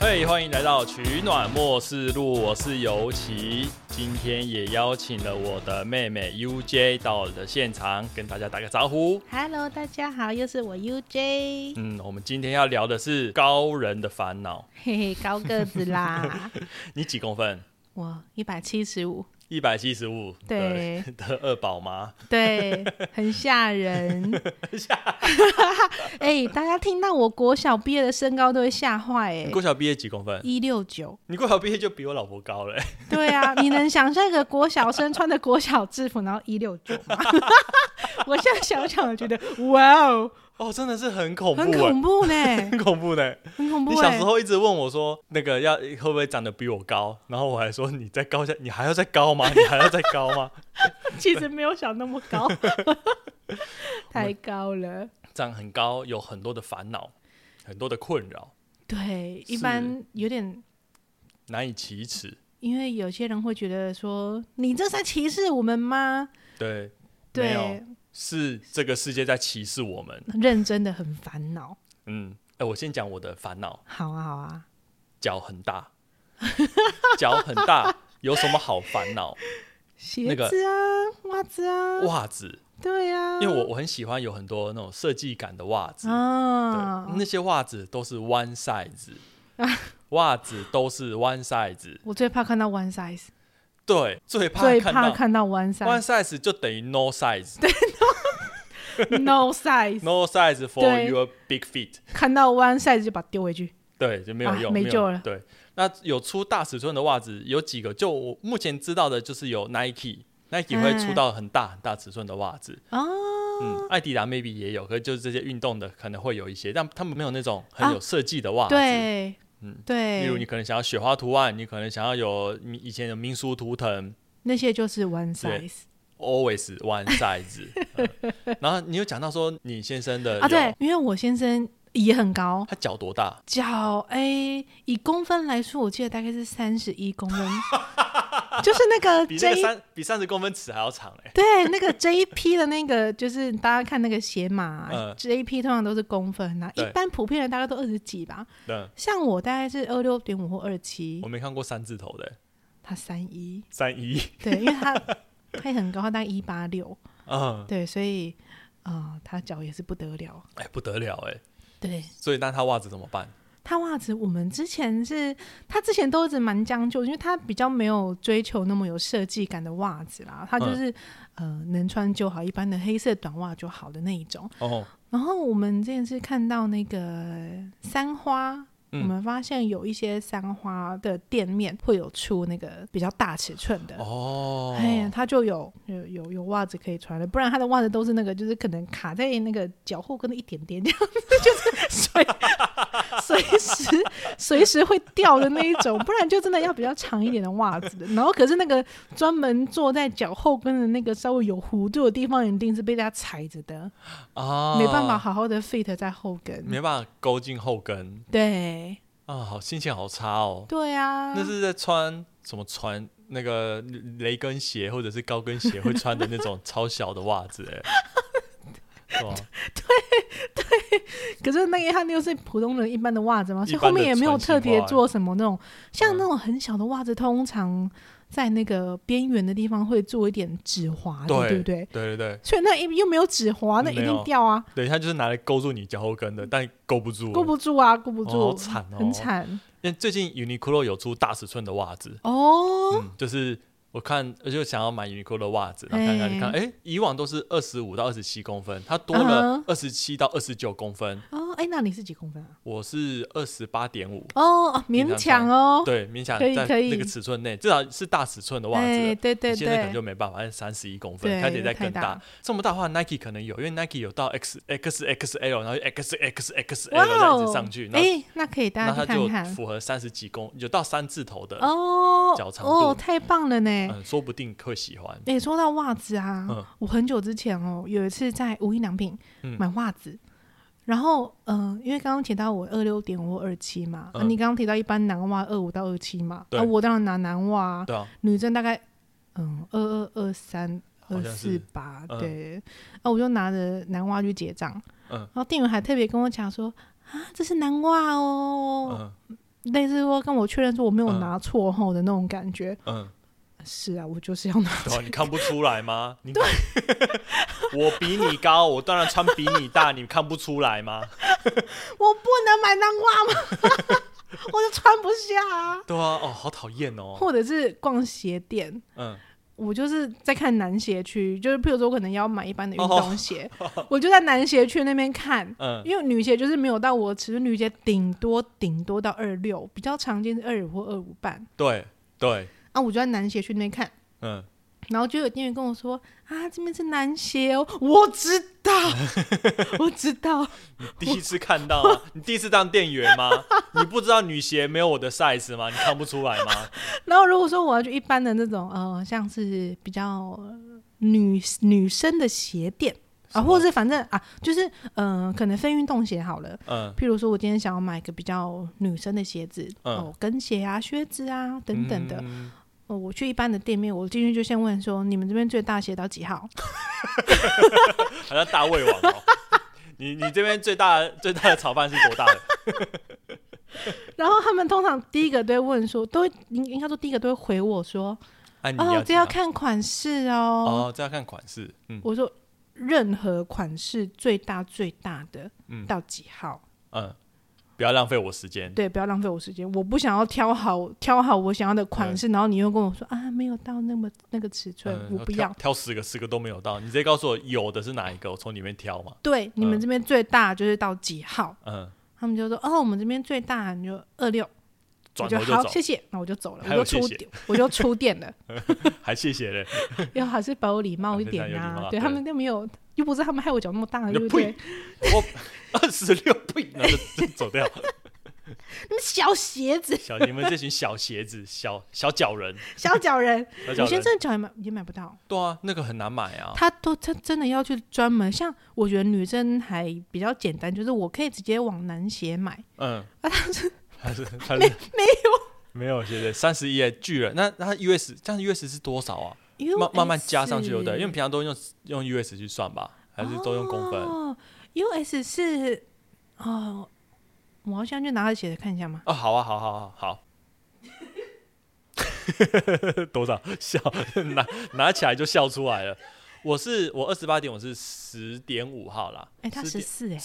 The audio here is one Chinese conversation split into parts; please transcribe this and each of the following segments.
嘿欢迎来到取暖末世录，我是尤其，今天也邀请了我的妹妹 UJ 到我的现场，跟大家打个招呼。 Hello，大家好，又是我 UJ，嗯，我们今天要聊的是高人的烦恼。嘿嘿，高个子啦，你几公分？我一百七十五，一百七十五，对 的二宝吗？对，很吓人， 哎、大家听到我国小毕业的身高都会吓坏哎你，国小毕业几公分？一六九，你国小毕业就比我老婆高了、欸，对啊，你能想象一个国小生穿着国小制服，然后一六九吗？ 我现在想想，我觉得哇哦，哦，真的是很恐怖、很欸，恐怖呢，很恐怖的。很恐怖你小哎时，候一直问我说，那个要会不会长得比我高？然后我还说你再高一下，你还要再高吗？你还要再高吗？其实没有想那么高，太高了。长很高有很多的烦恼，很多的困扰，对，一是般有点，难以启齿。因为有些人会觉得说，你这是在歧视我们吗？对，没对有，是这个世界在歧视我们。认真的很烦恼。嗯，哎、我先讲我的烦恼，好啊，好啊，脚很大， 脚很大，有什么好烦恼？鞋那个子啊，袜子啊，袜子，对啊，因为我我很喜欢有很多那种设计感的袜子，啊对，，那些袜子都是 one size，袜子都是 one size，我最怕看到 one size，对，最怕最看怕到看到 one one size 就等于 no size，no size，no size， size for 对 your big feet，看到 one size 就把它丢回去。对，就没有啊用，没有救了对，那有出大尺寸的袜子有几个？就我目前知道的，就是有 Nike。Nike 会出嗯到很大很大尺寸的袜子，哦，嗯，艾迪达 maybe 也有，可是就是这些运动的可能会有一些，但他们没有那种很啊有设计的袜子。对嗯，例如你对，可能想要雪花图案，你可能想要有你以前的民俗图腾那些就是 one 对 size ，always one size、嗯然后你有讲到说你先生的呃有啊，对，，因为我先生也很高，他脚多大？脚诶、以公分来说，我记得大概是三十一 公分，就是那个比 J 那个三比三十公分尺还要长哎、对那个 JP 的那个，就是大家看那个鞋码啊、嗯 JP 通常都是公分啊，一对般普遍的大概都二十几吧。嗯，像我大概是二六点五或二七我，没看过三字头的、欸他三一，三一，对，因为他他也很高，他大概一八六，嗯，对，所以啊、呃他脚也是不得了，哎、不得了哎、对。所以那他袜子怎么办？他袜子，我们之前是，他之前都一直蛮将就，因为他比较没有追求那么有设计感的袜子啦，他嗯就是、呃能穿就好，一般的黑色短袜就好的那一种。哦，然后我们之前是看到那个三花。嗯我们发现有一些三花的店面会有出那个比较大尺寸的，哦，哎呀，它就有有有有袜子可以穿了，不然它的袜子都是那个，就是可能卡在那个脚后跟的一点点 这样子，就是随随时随时会掉的那一种，不然就真的要比较长一点的袜子的。然后可是那个专门坐在脚后跟的那个稍微有弧度的地方，一定是被大家踩着的，啊，没办法，好好的 fit 在后跟。没办法勾进后跟对啊，好心情好差哦。对啊，那是在穿什么穿那个雷跟鞋或者是高跟鞋会穿的那种超小的袜子、 哎，是吧？可是那个它又是普通人一般的袜子嘛，所以一般后的面也没有船型袜特别做什么那种，像嗯那种很小的袜子，通常在那个边缘的地方会做一点止滑的，对哎对不对？对对对所以那一又没有止滑，那一没有定掉啊，对，它就是拿来勾住你脚后跟的，但勾不住。勾不住啊，勾不住，哦好惨哦很惨因为最近 Uniqlo 有出大尺寸的袜子，哦。嗯，就是我看我就想要买 Uniqlo 的袜子，然后看看哎看，哎、以往都是二十五到二十七公分，它多嗯了二十七到二十九公分，哦，哎，那你是几公分啊？我是二十八点五，哦，哦勉强哦，对，勉强可以在可以那个尺寸内，至少是大尺寸的袜子哎，了。对对你现在可能对就，没办法，是三十一公分，对它得再更太大大了。这么大的话，Nike 可能有，因为 Nike 有到 X X X L，然后 X X X 哇 L 这样哦子上去，，那哎，那可以大那家它去看就看符合三十几公，有到三字头的，哦脚长度哦，太棒了呢。嗯，说不定会喜欢。哎、说到袜子啊，嗯我很久之前哦，有一次在无印良品嗯买袜子，然后嗯、呃因为刚刚提到我二六点五二七嘛，啊嗯你刚刚提到一般男袜二五到二七嘛，对啊，我当然拿男袜啊，对啊，女生大概嗯二二二三好二像四是八，嗯对，啊，我就拿着男袜去结账，嗯然后店员还特别跟我讲说啊，这是男袜哦，嗯，类似说跟我确认说我没有嗯拿错后的那种感觉。嗯，是啊，我就是要拿对啊，你看不出来 吗？你我比你高，我当然穿比你大，你看不出来吗？我不能买南瓜吗？ 我就穿不下啊。 对啊，哦，好讨厌哦。或者是逛鞋店，嗯，我就是在看男鞋区，就是譬如说我可能要买一般的运动鞋，我就在男鞋区那边看。嗯因为女鞋就是没有到我的尺寸，女鞋顶多顶多到二六，比较常见是二五或二五半对对，啊。我就在男鞋区那边看，嗯，然后就有店员跟我说啊，这边是男鞋哦，我知道，我知道，第一次看到啊，你第一次当店员吗？你不知道女鞋没有我的 size 吗？你看不出来吗？然后如果说我要去一般的那种呃，像是比较呃女女生的鞋店什啊，么或者是反正啊，就是嗯、呃可能非运动鞋好了。嗯譬如说，我今天想要买一个比较女生的鞋子，嗯哦，跟鞋啊、靴子啊等等的、嗯哦。我去一般的店面，我进去就先问说，你们这边最大鞋到几号？ 好像大胃王哦。你你这边最大的最大的炒饭是多大的？然后他们通常第一个都会问说，都会应应该说第一个都会回我说， 啊，你哦，要这这要样看款式哦，这要看款式。嗯我说任何款式最大最大的嗯到几号？嗯，不要浪费我时间。对，不要浪费我时间，我不想要挑好挑好我想要的款式，然后你又跟我说啊没有到那么那个尺寸，嗯我不挑要。挑十个，十个都没有到，你直接告诉我有的是哪一个，我从里面挑嘛。对，你们这边最大就是到几号？嗯，他们就说哦，我们这边最大你就二六，我转就头好，走，谢谢，那我就走了，还我有就出谢谢店，我就出店了， 还谢谢嘞。又还是保有礼貌一还是 要点有礼貌啊啊。对对他们又没有，又不是他们害我脚那么大，你对就不对？我二十六呸，然后就就走掉。你们小鞋子、小你们这群小鞋子、小小脚人、小脚 人，小脚有些人，真的脚也买也买不到。对啊，那个很难买啊。他都他真的要去专门，像我觉得女生还比较简单，就是我可以直接往男鞋买，嗯，啊，他是还是还是没有 没有鞋子，三十一巨人。那那它 US 这样 US 是多少啊？因为慢慢慢加上去对不对？因为我们平常都用用 US 去算吧，还是都用公分？哦，US 是哦，我好像就拿着鞋子看一下嘛，哦，好啊，好好好好。 多少笑拿拿起来就笑出来了。我是我二十八点，我是十点五号啦。哎、他十10.5四哎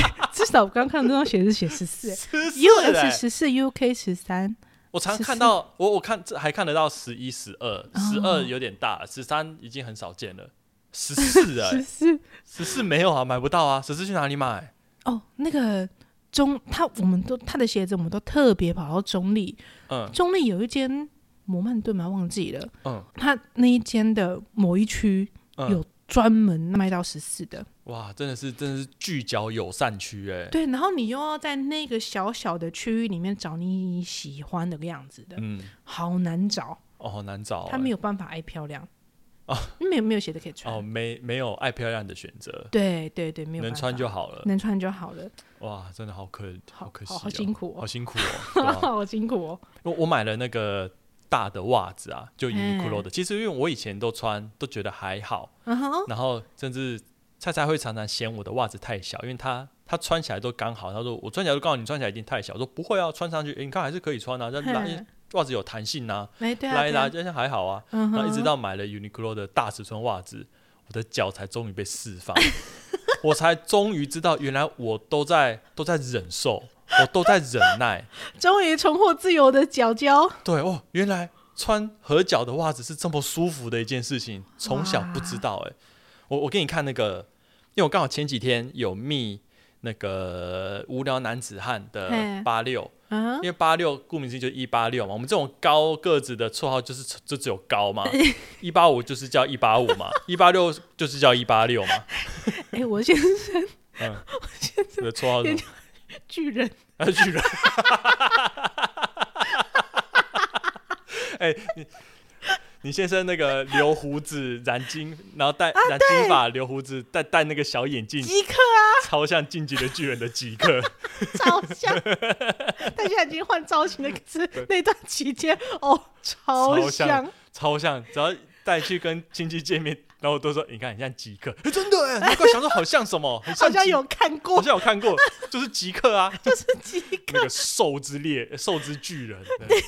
14，至少我刚看到这双鞋是写十四14欸，US 十四，UK 十三，我常14看到我我看这还看得到十一、十二，十哦二有点大，十三已经很少见了，十四 十哎，四十四没有啊，买不到啊，十四去哪里买？哦，那个中他我们都他的鞋子我们都特别跑到中立，嗯中立有一间摩曼顿嘛，忘记了。嗯他那一间的某一区有嗯，专门卖到十四的，哇，真的是真的是聚焦友善区哎，对，然后你又要在那个小小的区域里面找你喜欢的样子的，嗯，好难找，哦，好难找他欸，没有办法爱漂亮哦，没有没有鞋子可以穿，哦，没没有爱漂亮的选择，对对对，没有能办穿法就好了，能穿就好了，哇，真的好可好可惜好哦，好辛苦好哦，辛苦 哦，对啊好辛苦哦，我我买了那个大的袜子啊，就 Uniqlo 嗯的。其实因为我以前都穿，都觉得还好，嗯哼，然后甚至菜菜会常常嫌我的袜子太小，因为她她穿起来都刚好。她说我穿起来都刚好，你穿起来一定太小。我说不会啊，穿上去，诶你看还是可以穿啊，这样拉因为嗯袜子有弹性啊，哎对啊，拉一对啊拉，这样还好啊。嗯然后哼，一直到买了 Uniqlo 的大尺寸袜子，我的脚才终于被释 放，我才终于知道原来我都在都在忍受，我都在忍耐。终于重获自由的脚脚，对哦，原来穿合脚的袜子是这么舒服的一件事情，从小不知道哎、我我给你看那个，因为我刚好前几天有密那个无聊男子汉嘿的八六，嗯因为八六顾名思义就是一八六嘛，我们这种高个子的绰号就是就只有高嘛，一八五就是叫一八五嘛，一八六就是叫一八六嘛，哼，哎，我先是嗯，你的绰号是什么巨人，他是巨人。 哎、你你先生那个留胡子、染金，然后戴、染金发、留胡子，戴戴那个小眼镜，即刻超像《进击的巨人》的极客。照 相，他现在已经换造型了，可是那段期间哦，超超像超像，只要带去跟亲戚见面，然后我都说你看，你像极客， 真的哎，难怪想说好像什 么，很好像极有看好过，像有看过，就是极客啊， 就是极客那个兽之猎，兽之巨人，对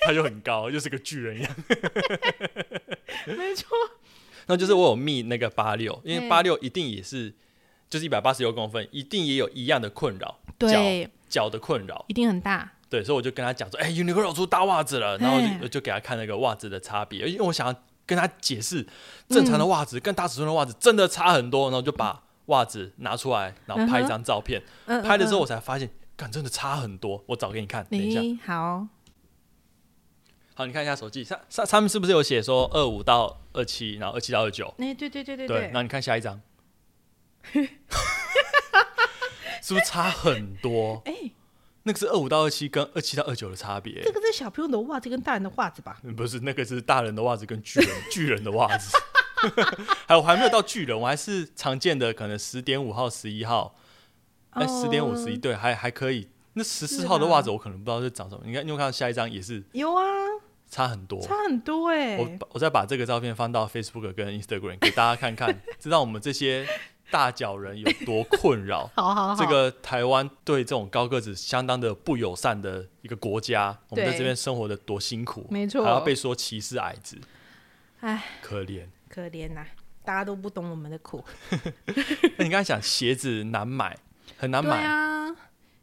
他就很高，就是个巨人一样。 没错，那就是我有密那个八六，因为嗯八六一定也是就是一百八十六公分，一定也有一样的困扰，对，脚的困扰。一定很大，对，所以我就跟他讲说，哎、u n i q l o 出大袜子了，然后哎就就给他看那个袜子的差别，因为我想要跟他解释，正常的袜子跟大尺寸的袜子真的差很多，然后就把袜子拿出来，然后拍一张照片，嗯，拍的时候嗯我才发现，干真的差很多，我找给你看，等一下，你好，好，你看一嗯下手机，上上上面是不是有写说二五到二七，然后二七到二九，哎，对对对对对，然后你看下一张， 是不是差很多？哎，那个是二五到二七跟二七到二九的差别、这个是小朋友的袜子跟大人的袜子吧？ 嗯不是，那个是大人的袜子跟巨人巨人的袜子， 还有我还没有到巨人，我还是常见的可能十点五号、十一号，哎、十点五、哦十一对，还还可以。那十是啊四号的啦袜子我可能不知道是长什么，你看，你有看到下一张也是有啊，差很多。差很多哎我，把我再把这个照片放到 Facebook 跟 Instagram 给大家看 看，知道我们这些大脚人有多困扰。好 好好，这个台湾对这种高个子相当的不友善的一个国家，我们在对这边生活的多辛苦，没错还要被说歧视矮子，哎，可怜。可怜呐，大家都不懂我们的苦， 那你刚才讲鞋子难买，很难对买，啊，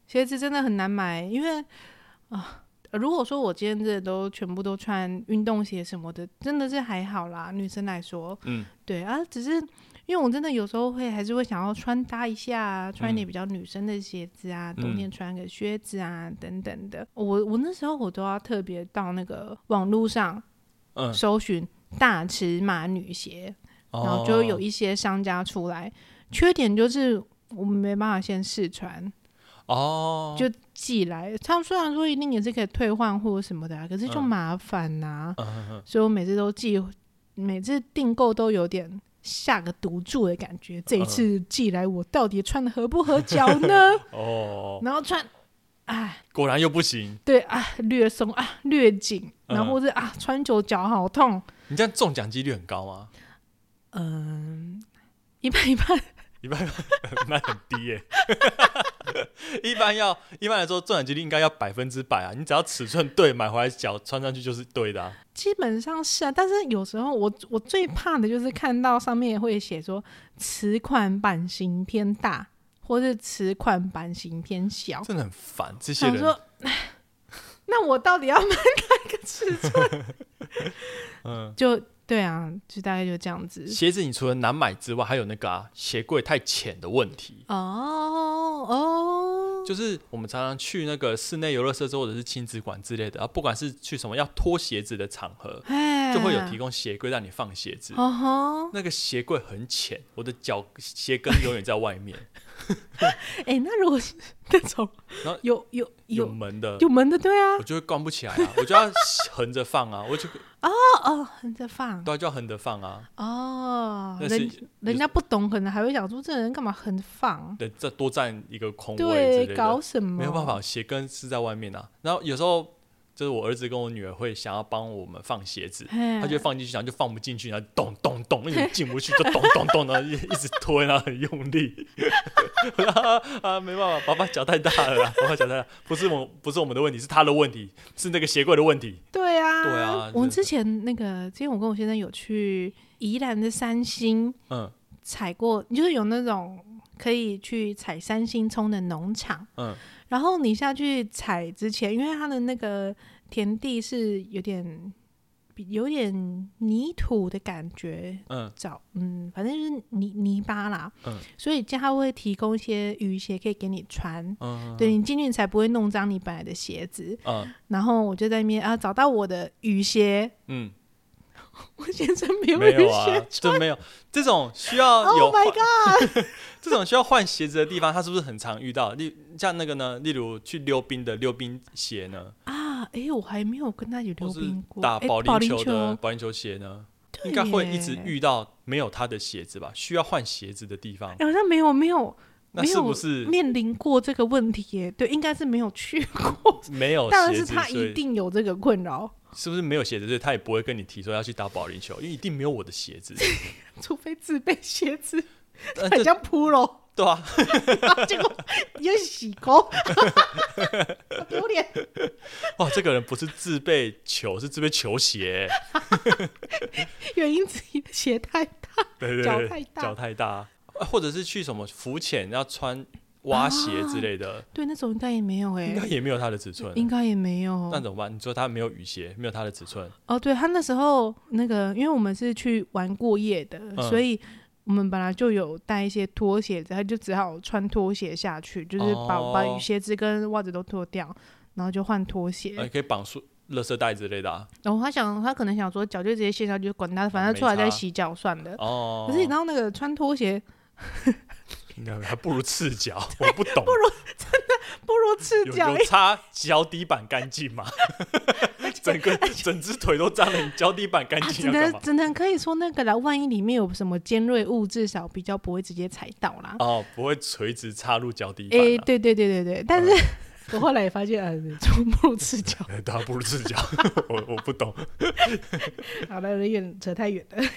鞋子真的很难买，因为啊、如果说我今天这都全部都穿运动鞋什么的，真的是还好啦，女生来说，嗯，对啊，只是因为我真的有时候会还是会想要穿搭一下、啊，穿一嗯点比较女生的鞋子啊，冬天穿个靴子啊、等等的。我我那时候我都要特别到那个网络上嗯，哦搜寻大尺码女鞋，然后就有一些商家出来，缺点就是我们没办法先试穿。哦，就寄来，他虽然说一定也是可以退换或者什么的、啊，可是就嗯麻烦呐、嗯嗯嗯所以我每次都寄，每次订购都有点下个赌注的感觉。这一次嗯寄来，我到底穿的合不合脚呢？ 哦，然后穿，哎，果然又不行，对啊，略松啊，略紧，嗯然后或者啊，穿久脚好痛，你这样中奖几率很高吗？ 嗯，一半 一半，一般那很低耶、 一般要一般来说中奖几率应该要百分之百啊，你只要尺寸对，买回来脚穿上去就是对的、啊。基本上是啊。但是有时候我我最怕的就是看到上面会写说此款版型偏大，或是此款版型偏小，真的很烦这些想人说，，那我到底要买哪个尺寸？嗯，就对啊，就大概就这样子。鞋子你除了难买之外，还有那个啊鞋柜太浅的问题。哦哦，就是我们常常去那个室内游乐设施或者是亲子馆之类的，啊，不管是去什么要脱鞋子的场合，哎，就会有提。供鞋柜让你放鞋子。哦吼，那个鞋柜很浅，我的脚鞋跟永远在外面，哎，那如果 是那种然后有有有 有门的，有门的，对啊我，就会关不起来啊，我就要横着放啊，我就哦哦，横着放，对啊，就要横着放啊。哦，那人是人家不懂，可能还会想说这人干嘛横着放？对，再多占一个空位之对，类搞的，什么？没有办法，鞋跟是在外面啊。然后有时候就是我儿子跟我女儿会想要帮我们放鞋子，嘿，他就会放进去，然后就放不进去，然后咚咚咚，一直进不去，就咚咚咚，然后一一直推，然后很用力。 啊啊，没办法，爸爸脚太大了啦，爸 爸脚太大，不是我，不是我们的问题，是他的问题，是那个鞋柜的问题。对啊，对啊我们这之前那个，之前我跟我先生有去宜兰的三星嗯采过，就是有那种可以去采三星葱的农场。嗯，然后你下去采之前，因为它的那个田地是有点比有点泥土的感觉，嗯找嗯，反正就是泥泥巴啦，嗯所以它会提供一些雨鞋可以给你穿，嗯对你进去才不会弄脏你本来的鞋子。嗯然后我就在那边啊找到我的雨鞋， 嗯，我先生没有没雨有啊鞋，穿。就没有这种需要 Oh 有 my 换 这种需要换鞋子的地方，他是不是很常遇到？例像那个呢，例如去溜冰的溜冰鞋呢，啊，哎、我还没有跟他有或溜是冰过，打诶保保龄龄球的保龄球鞋呢，对应该会一直耶遇到没有他的鞋子吧？需要换鞋子的地方，诶好像没有没有那没是不有是面临过这个问题耶？对，应该是没有去过，没有当然哦鞋是子？他所一以定有这个困扰。是不是没有鞋子，所以他也不会跟你提说要去打保龄球，因为一定没有我的鞋 子。除非自备鞋子，呃很这像扑咯，对啊，然后结果也洗 狗，好丢脸。哇，这个人不是自备球，是自备球 鞋。原因自己的鞋太大，对对对，脚太大脚太大啊或者是去什么浮潜要穿蛙鞋之类的，对，那种应该也没有哎、应该也没有他的尺寸。应该也没有那。怎么办？你说他没有雨鞋，没有他的尺寸，哦，对他那时候那个，因为我们是去玩过夜的，嗯所以我们本来就有带一些拖鞋子，他就只好穿拖鞋下去，就是把、哦把雨鞋子跟袜子都脱掉，然后就换拖鞋。呃，可以绑束、垃圾袋之类的、啊。然后他想，他可能想说脚就直接卸下去，管他，反正哦没出来差再洗脚算了。哦，可是你知道那个穿拖鞋，那 还不如赤脚， 我不懂，不如赤有脚有，擦脚底板干净 吗？整个整只腿都脏了，你脚底板干啊，净只要干能嘛？只能可以说那个啦，万一里面有什么尖锐物，至少比较不会直接踩到啦。哦，不会垂直插入脚底板、诶，啊，对对对对对，但是、 我后来也发现，呃，从不如赤脚，哎、大家不如赤脚， 我我不懂。 好了，有点扯太远了。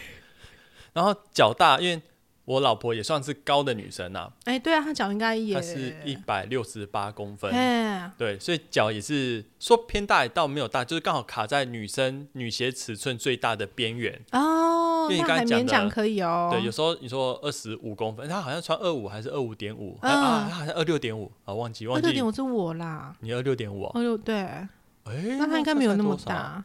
然后脚大，因为我老婆也算是高的女生呐、 哎、对啊，他脚应该也她是一百六十八公分，哎，对，所以脚也是说偏大，也倒没有大，就是刚好卡在女生女鞋尺寸最大的边缘。哦，因为你那刚还才讲勉的强可以哦。对，有时候你说二十五公分，她好像穿二五还是二五点五嗯啊，她好像二六点五啊，忘记二忘六记点，五是哦我啦，你二六点五，哦二六对，哎，那他应该没有那么她才多少啊，大。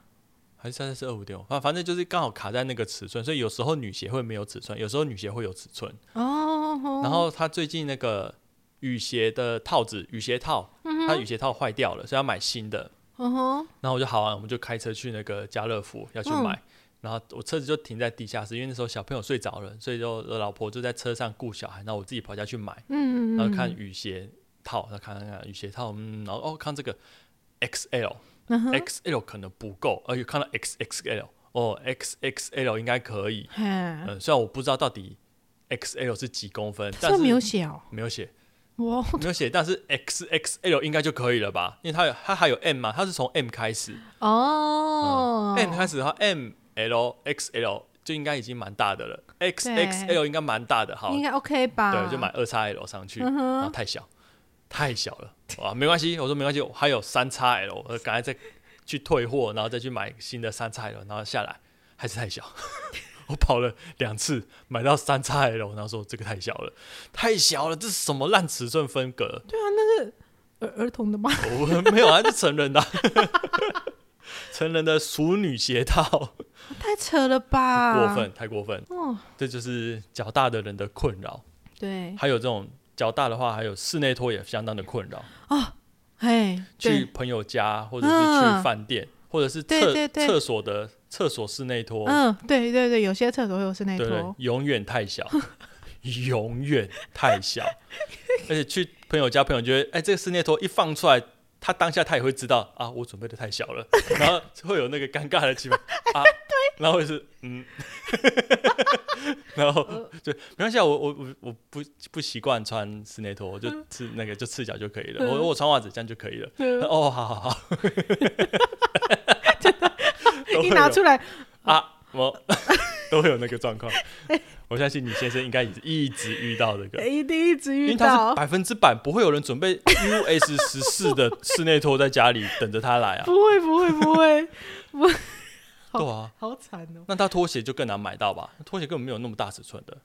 还是她是二五点五，反反正就是刚好卡在那个尺寸，所以有时候女鞋会没有尺寸，有时候女鞋会有尺寸。哦，然后她最近那个雨鞋的套子，雨鞋套，她雨鞋套坏掉了，所以要买新的。嗯哼，然后我就好啊，我们就开车去那个家乐福要去嗯买。然后我车子就停在地下室，因为那时候小朋友睡着了，所以就我老婆就在车上顾小孩，然后我自己跑下去买，嗯嗯嗯，然后看雨鞋套，然后看看看雨鞋套，嗯，然后哦看这个 XL，XL、嗯哼， XL 可能不够，而且看到 XXL，哦 XXL 应该可以，嘿，嗯，虽然我不知道到底 XL 是几公分，但这是嗯没有写哦，没有写，哇，没有写，但是 XXL 应该就可以了吧？因为它有它还有 M 嘛，它是从 M 开始，哦 M 开始的话，M L X L 就应该已经蛮大的了，X 对 X L 应该蛮大的，好，应该 OK 吧？对，就买二叉 L 上去，啊嗯哼然后太小，太小了，哇，没关系，我说没关系，我还有三叉 L，我赶快再去退货，然后再去买新的三叉 L，然后下来还是太小， 我跑了两次，买到三叉 L，然后说这个太小了，太小了，这是什么烂尺寸风格？儿儿童的吗？ 我们没有啊，是成人的啊、 成人的熟女鞋套。太扯了吧！过分，太过分。哦，这就是较大的人的困扰。对，还有这种较大的话，还有室内拖也相当的困扰。哎，去对，朋友家，或者是嗯去饭店，或者是对厕对对厕所的厕所室内拖，嗯，对对对，有些厕所会有室内对对拖，，永远太小， 永远太 小。而且去朋友家，朋友就会，哎，这个室内拖一放出来。他当下他也会知道啊，我准备的太小 了，然后会有那个尴尬的气氛啊，然后会是嗯， 然后呃就没关系啊，我我我我不不习惯穿室内拖，我就赤那个就赤脚就可以了，我我穿袜子这样就可以了。嗯哦，好 好好， 都会 一有拿出来，啊，我 都会有那个状况。我相信你先生应该也是一直遇到这个，一定一直因遇为他是到，百分之百不会有人准备 US 十四的室内拖在家里等着他来啊 不。会不会不会，好对啊， 好惨哦。那他拖鞋就更难买到吧？拖鞋根本没有那么大尺寸的。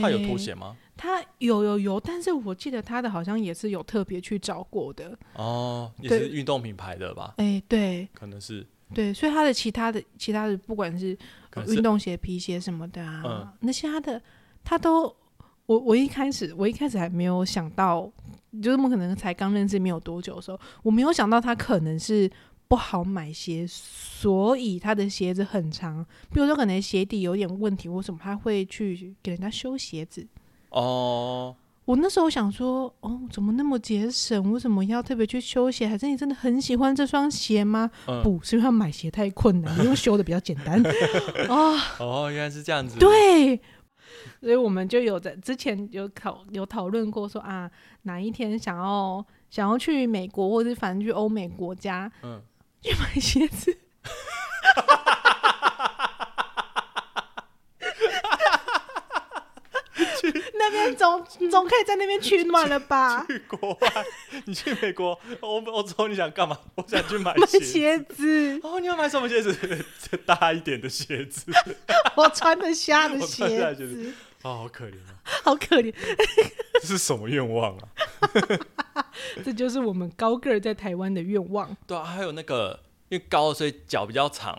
他有拖鞋哎，吗？他有有有，但是我记得他的好像也是有特别去找过的，哦，也对是运动品牌的吧？哎，对可能是，对，所以他的其他的其他的不管是呃可能运是动鞋、皮鞋什么的啊嗯，那些他的他都，我我一开始我一开始还没有想到，就是我们可能才刚认识没有多久的时候，我没有想到他可能是不好买鞋，所以他的鞋子很长，比如说可能鞋底有点问题或什么，他会去给人家修鞋子。哦，我那时候想说，哦，怎么那么节省？为什么要特别去修鞋？还是你真的很喜欢这双鞋吗？嗯，不是因为他买鞋太困难，你用修的比较简单哦。哦，原来是这样子。，对，嗯所以我们就有在之前有讨有讨论过说啊，哪一天想要想要去美国，或者反正去欧美国家嗯，去买鞋子。总总可以在那边取暖了吧？去国外，你去美国、欧欧洲，你想干嘛？我想去买买鞋。鞋子，哦，你要买什么鞋子？ 这大一点的鞋子。我穿得下的我穿得下鞋的鞋子子，哦，好可怜啊！好可怜。这是什么愿望啊？这就是我们高个儿在台湾的愿望。对啊，还有那个，因为高所以脚比较长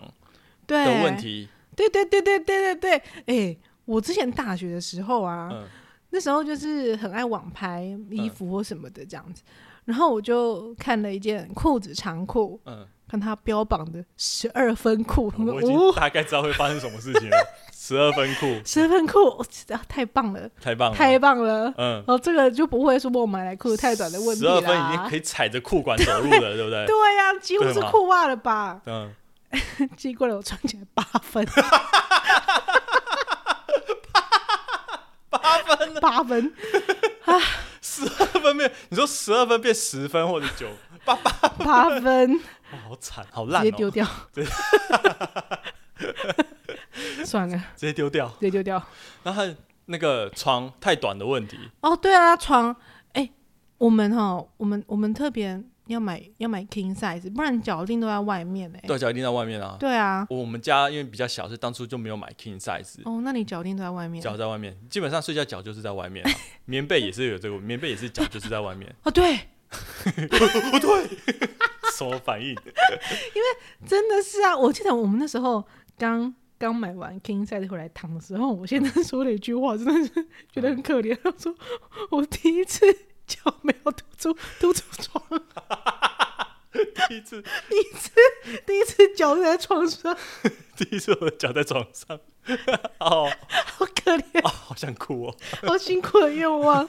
对的问题。对对对对对对对，哎、我之前大学的时候啊，嗯那时候就是很爱网拍衣嗯服或什么的这样子，然后我就看了一件裤子长裤，嗯，看它标榜的十二分裤，我我们已经哦，大概知道会发生什么事情了。十二分 裤十二分裤、哦啊太棒了，太棒了，太棒了。嗯，哦，这个就不会说我买来裤子太短的问题十啦。二分已经可以踩着裤管走路了，对不对？对呀、几乎对是嘛裤袜了吧？嗯， 寄过来我穿起来八分，八分，八分，十二分变，你说十二分变十分或者九，爸爸，八 分，哇好惨，好直烂接哦丢，掉。 算了，直接丢掉。直接丢掉。然后那个床太短的问题，哦，对啊，床，哎、我们哈，我们我们特别要买要买 king size，不然脚定都在外面哎、对，脚一定在外面啊。对啊，我们家因为比较小，所以当初就没有买 king size，哦，那你脚定都在外面。脚在外面，基本上睡觉脚就是在外 ，面啊、棉被也是有这个，棉被也是脚就是在外面哦，对，不对， 什么反应？真的是啊！我记得我们那时候刚刚买完 King size 回来躺的时候，我先生说了一句话，真的是觉得很可怜。他说：“ 我第一次脚没有突出突出床，第一次，第一次第一次脚在床上，第一次我的脚在床上， 哦，好可怜，哦好想哭哦。好辛苦的愿望。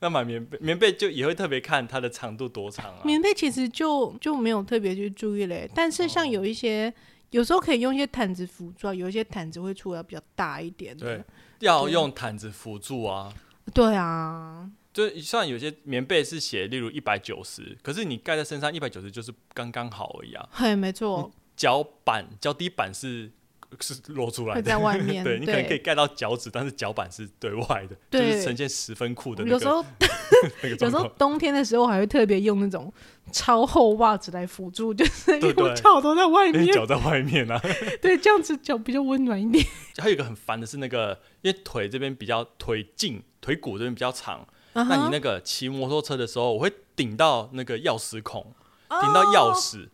那买棉被，棉被就也会特别看它的长度多长啊。 棉被其实就就没有特别去注意嘞，但是像有一些。”有时候可以用一些毯子辅助啊，有一些毯子会出来比较大一点的。对，要用毯子辅助啊。对啊，就像有些棉被是写，例如一百九十，可是你盖在身上一百九十就是刚刚好而已啊。嘿，没错，脚板、脚底板是是露出来会的，在外 面。对你可能可以盖到脚趾，但是脚板是对外的，就对是呈现十分裤的那有时个 候 那个有状时候况。冬天的时候还会特别用那种超厚袜子来辅助， 就是因对为我对脚都在外因为面，脚在外面啊， 对，这样子脚比较温暖一点。还有一个很烦的是那个，因为腿这边比较腿胫、腿骨这边比较长， 那那你那个骑摩托车的时候，我会顶到那个钥匙孔，啊顶到哦钥匙，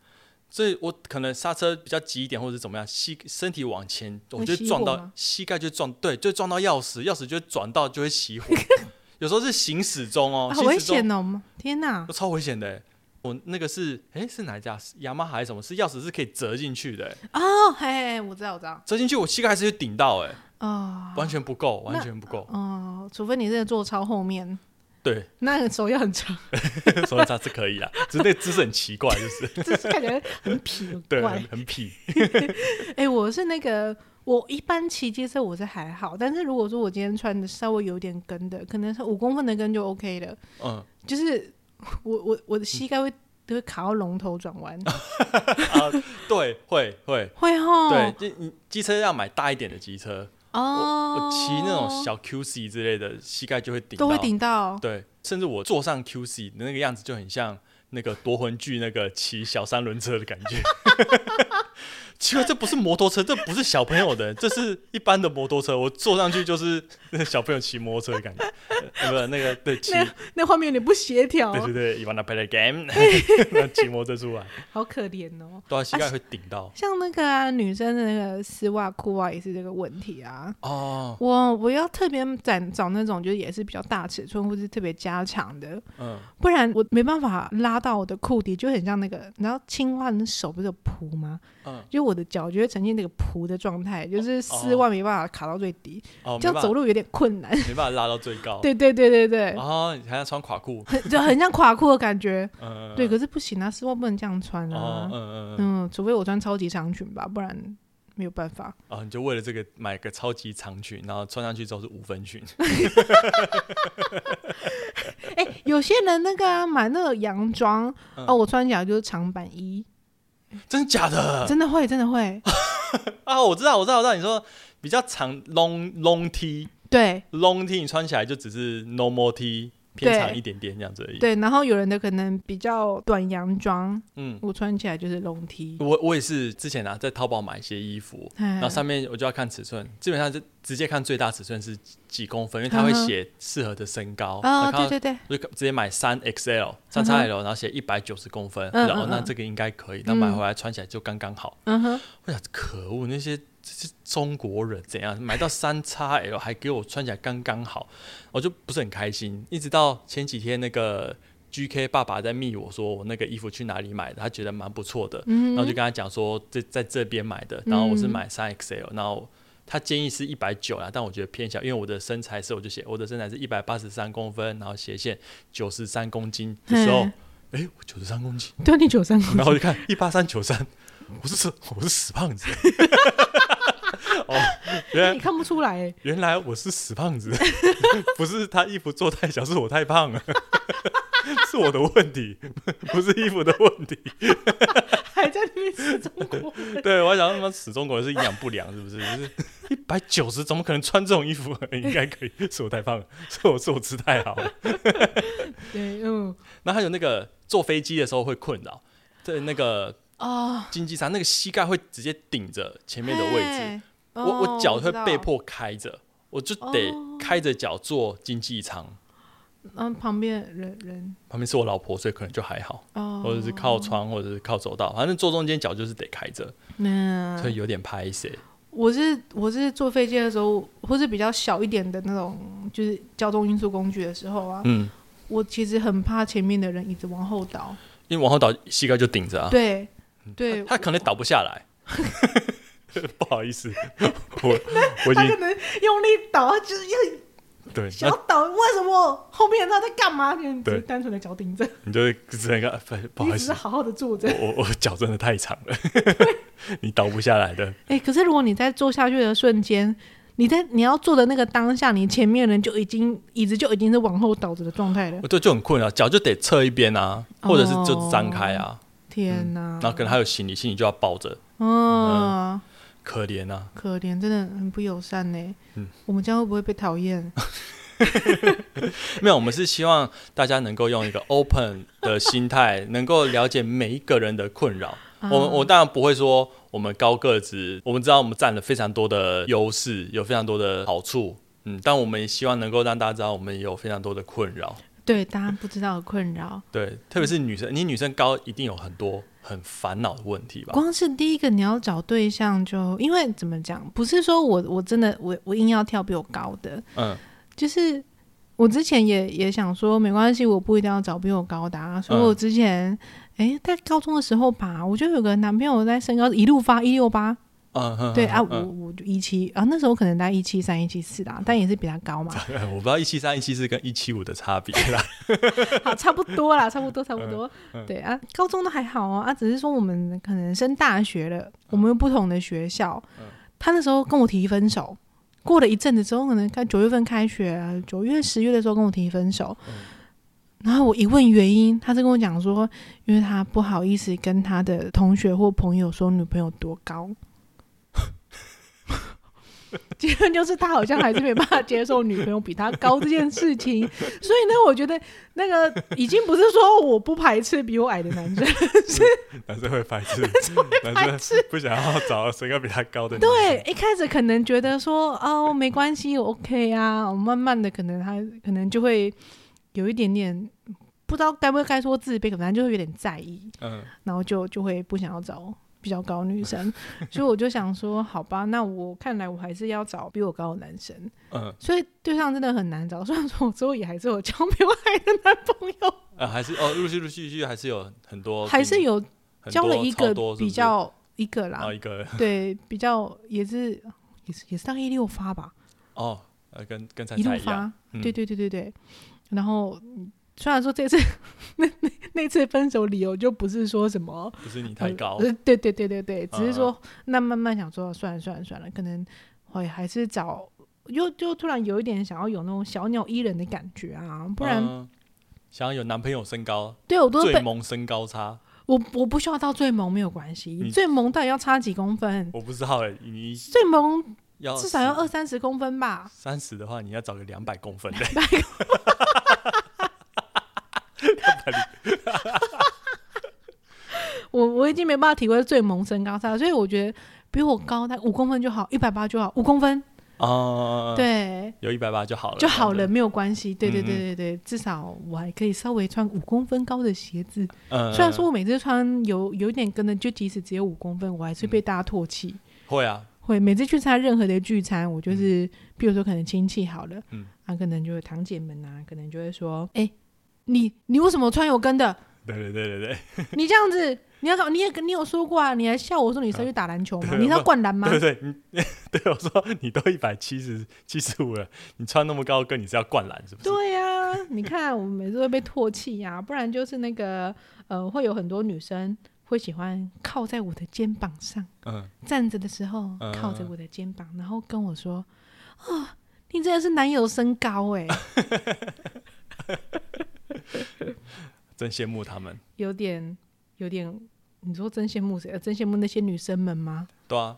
所以我可能刹车比较急一点，或者是怎么样，膝身体往前，我就熄会撞火到吗膝盖，就会撞对，就会撞到钥匙，钥匙就会转到就会熄 火，有时候是行驶中哦，好行危驶中险哦！天哪，都超危险的欸。我那个是，哎、是哪一家？是雅马哈还是什么？是钥匙是可以折进去的欸，哦，嘿嘿，我知道，我知道，折进去我膝盖还是会顶到，哎，啊，完全不够，完那全不够。哦，除非你是坐超后面， 对， 那个手要很长，手上是可以啦，只是那个姿势很奇怪，就是就是感觉很痞很对，怪很。很痞。哎、我是那个，我一般骑机车我是还好，但是如果说我今天穿的稍微有点跟的，可能是五公分的跟就 OK 了。嗯，就是 我我我的膝盖会都会卡到龙头转弯，对，会 会。啊会哦，对，就你机车要买大一点的机车，哦，我骑那种小 QC 之类的，膝盖就会顶，都会。顶 到，对，甚至我坐上 QC 的那个样子就很像那个夺魂剧那个骑小三轮车的感觉。 奇怪，这不是摩托车，这不是小朋友的，这是一般的摩托车。我坐上去就是那小朋友骑摩托车的感觉，呃，不是那个对骑，那哦那画面有点不协调，对对对，伊万达 play the game，那 骑摩托车出来，好可怜哦。对啊，膝盖会顶到。像那个、啊、女生的那个丝袜裤袜也是这个问题啊。哦，我我要特别找找那种就是也是比较大尺寸或是特别加长的，嗯，不然我没办法拉到我的裤底，就很像那个，你知道青蛙的手不是有蹼吗？嗯就我的脚就会呈现那个蹼的状态，就是丝袜没办法卡到最底，哦，这没样办走法，路有点困难。没办法拉到最高。 对对对对对，哦，你还要穿垮裤，很就很像垮裤的感 觉。嗯，对，可是不行啊，丝袜不能这样穿哦啊，。嗯嗯嗯，嗯，除非我穿超级长裙吧，不然没有办法。哦，你就为了这个买个超级长裙，然后穿上去之后是五分裙，哎，有些人那个啊，买那个洋装嗯哦，我穿起来就是长版衣， 真的假的？嗯真的会，真的会。啊，我知道，我知道，我知道，你说比较长 long long T，对 long T 你穿起来就只是 normal T 偏长一点点这样子而已。对，然后有人的可能比较短洋装，嗯，我穿起来就是龙 T，哎我我也是之前啊在淘宝买一些衣服，然嗯然后上面我就要看尺寸，基本上就直接看最大尺寸是几公分，因为它会嗯哼写适合的身高。啊，然后对对对，我就直接买三 XL、三 XL，然后写一百九十公分，嗯然后嗯那嗯这个应该可以，那买回来穿起来就刚刚好。嗯哼，我想可恶，那些这些中国人怎样买到三 XL 还给我穿起来刚刚好，我就不是很开心。一直到前几天那个 GK 爸爸在密我说我那个衣服去哪里买的，他觉得蛮不错的，嗯哼，嗯然后就跟他讲说在在这边买的，然后我是买三 XL，然后。他建议是一百九啦，但我觉得偏小，因为我的身材是，我就写我的身材是一百八十三公分，然后斜线九十三公斤的时候嗯，哎、我九十三公斤，对你九三 公然后我就看一八三九三，我是死我是死胖子。 哦，斤，原来你看不出来欸，原来我是死胖子， 不是他衣服做太小，是我太胖了， 是我的问题，不是衣服的问 题。还在那边吃中 国人对，我还想他妈死中国人是营养不良是不是？就是一百九十怎么可能穿这种衣服？ 应该可以，是我太胖了，是我是我吃太好了。对，嗯，然后还有那个坐飞机的时候会困扰，对那个哦，经济舱那个膝盖会直接顶着前面的位置。嘿，我哦我脚会被，知哦迫开着，我就得开着脚坐经济舱。道嗯，旁边的人人旁边是我老婆，所以可能就还好，哦，或者是靠窗，或者是靠走道，反正坐中间脚就是得开着，那所以有点拍谁。嗯我是我是坐飞机的时候，或是比较小一点的那种，就是交通运输工具的时候啊，嗯，我其实很怕前面的人一直往后倒。因为往后倒，膝盖就顶着啊，对，对，他可能倒不下 来。不好意思，我我已他可经能用力倒，他就是要对，想那要倒。为什么后面他在干嘛？你只对是单纯的脚顶着，你就只能看，不你好意只是思，好好的坐着我。我我脚真的太长了，你倒不下来的。哎、可是如果你在坐下去的瞬间，你在你要坐的那个当下，你前面的人就已经椅子就已经是往后倒着的状态了。我对就很困扰，脚就得侧一边啊，或者是就张开哦啊，天哪、然后可能还有行李，行李就要抱着，嗯。可怜啊！可怜，真的很不友善呢。嗯我们这样会不会被讨 厌？没有，我们是希望大家能够用一个 open 的心态，能够了解每一个人的困扰。嗯我们我当然不会说我们高个子，我们知道我们占了非常多的优势，有非常多的好处。嗯，但我们也希望能够让大家知道，我们也有非常多的困扰。对大家不知道的困扰，对，特别是女生，你女生高一定有很多很烦恼的问题吧？光是第一个你要找对象就，因为怎么讲，不是说我我真的我我硬要挑比我高的，嗯就是我之前也也想说没关系，我不一定要找比我高的、啊，所以嗯我之前哎、诶在高中的时候吧，我就有个男朋友在身高一路发一六八，嗯嗯，对啊，嗯我我就一七啊，那时候可能大概一七三一七四啦，但也是比他高嘛，哎 我不知道一七三、一七四跟一七五的差别啦。好，差不多啦，差不多，差不多。对啊，高中都还好哦，啊，只是说我们可能升大学了，我们有不同的学校。他那时候跟我提分手，过了一阵子之后，可能开九月份开学啊，九月、十月的时候跟我提分手。然后我一问原因，他是跟我讲说，因为他不好意思跟他的同学或朋友说女朋友多高。 结论就是他好像还是没办法接受女朋友比他高这件事情，所以呢，我觉得那个 已经不是说我不排斥比我矮的男生，男生会排 斥，排男生斥。不想要找身高比他高的女生。对，一开始可能觉得说哦没关系我，OK 啊，我慢慢的可能他可能就会有一点点不知道该不该说自卑，可能就会有点在意，嗯，然后就就会不想要找比较高的女 生，所以我就想说，好吧，那我看来我还是要找比我高的男生，嗯，所以对象真的很难找。虽然说我之后也还是有交比我矮的男朋友，呃，还是哦，陆续陆续续还是有很多，还是有哦很多交了一超个多是不是比较一个啦，哦一 个对，比较也是也是也是大概一六发吧，哦，呃，跟跟菜一路菜一样，发，嗯对对对对对。然后嗯虽然说这次那那那次分手理由就不是说什么不是你太呃高，呃对对对对对，只嗯是嗯说、那慢慢想说算了算了算了，可能会还是找。又就突然有一点想要有那种小鸟依人的感觉啊，不然、嗯想要有男朋友身高，对我都最被萌身高差，我我不需要到最萌没有关系，你最萌到底要差几公分？欸我不知道哎，你最萌要至少要二三十公分吧。三十的话，你要找个两百公 分的，我我已经没办法体会最萌身高差，所以我觉得比我高那五公分就好，一百八就好，五公分，哦，，对，有一百八就好了，就好了，这样子。没有关系。对对嗯嗯对对对，至少我还可以稍微穿五公分高的鞋子。嗯，虽然说我每次穿有有一点跟的，就即使只有五公分，我还是嗯被大家唾弃。会啊，会每次去参加任何的聚餐，我就是，比如说可能亲戚好了，嗯啊，可能就是堂姐们啊，可能就会说，哎、你你为什么穿有跟的？对对对对对， 你这样子，你要搞，你也你有说过啊，你还笑我说你是要去打篮球吗？对你是要灌篮吗？对 对，你对我说你都一百七十七十五了，你穿那么高跟，你是要灌篮是不是？ 对呀、你看我们每次会被唾弃呀、不然就是那个呃，会有很多女生会喜欢靠在我的肩膀上，嗯，站着的时候嗯靠着我的肩膀，然后跟我说：“啊、你真的是男友身高哎、真羡慕他们。 有点有点。”你说真羡慕谁？呃真羡慕那些女生们吗？对啊，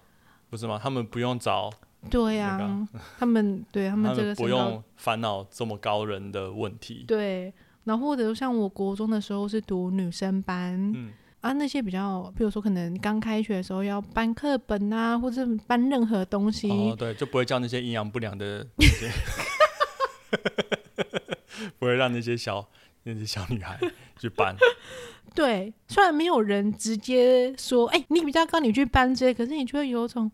不是吗？他们不用找，对呀、那他们对他 他们这个们身不高用烦恼这么高人的问题。对，然后或者像我国中的时候是读女生班，嗯啊，那些比较，比如说可能刚开学的时候要搬课本啊，或者搬任何东西，哦，对，就不会叫那些营养不良的那些， 不会让那些小那些小女孩去搬。对，虽然没有人直接说，哎、你比较高，你去搬这些，可是你就会有一种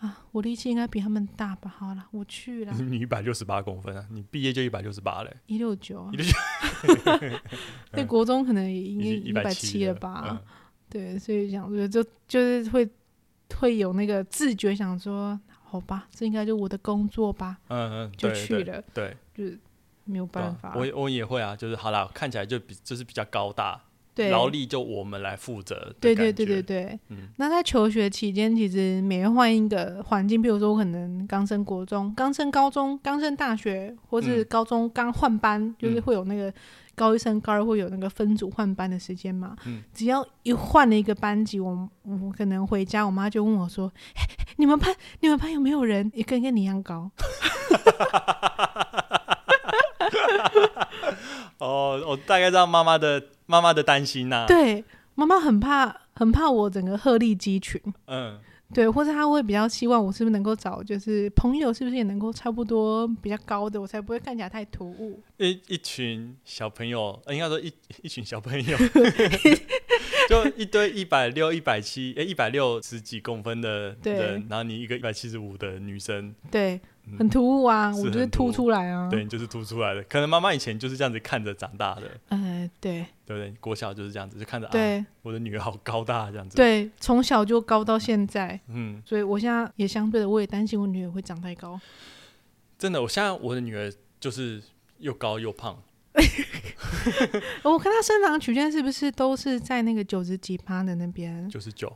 啊，我力气应该比他们大吧？好了，我去啦你，你一百六十八公分啊，你毕业就一百六十八嘞，一六九啊169， 对，国中可能也应 已经该一百百七了嗯了吧？？对，所以想说就就是会会有那个自觉，想说好吧，这应该就我的工作吧，嗯嗯嗯，就对去对了，对，就是没有对办啊法，我也我也会啊，就是好啦，看起来就比就是比较高大，对劳力就我们来负责的对感对对觉对对。嗯那在求学期间，其实每天换一个环境，比如说我可能刚升国中、刚升高中、刚升大学，或是嗯高中刚换班，就是嗯会有那个高一升高二会有那个分组换班的时间嘛。嗯只要一换了一个班级，我我可能回家，我妈就问我说：“嘿你们班你们班有没有人也跟跟你一样高哦，我大概知道妈妈的妈妈的担心啊呐、？”对，妈妈很怕很怕我整个鹤立鸡群。嗯，对，或者他会比较希望我是不是能够找，就是朋友是不是也能够差不多比较高的，我才不会看起来太突兀。一一群小朋友，呃应该说一一群小朋 友，就一堆一百六、一百七、哎，一百六十几公分的对人，然后你一个一百七十五的女生，对，嗯很突兀啊，是我就很是突凸兀出来啊。对，你就是凸出来的。可能妈妈以前就是这样子看着长大的，呃，对对不对？国小就是这样子，就看着啊，对我的女儿好高大这样子。，对，从小就高到现在，嗯，所以我现在也相对的，我也担心我女儿会长太高。真的，我现在我的女儿就是又高又胖，呃我看她生长曲线是不是都是在那个九十几趴的那边？九十九，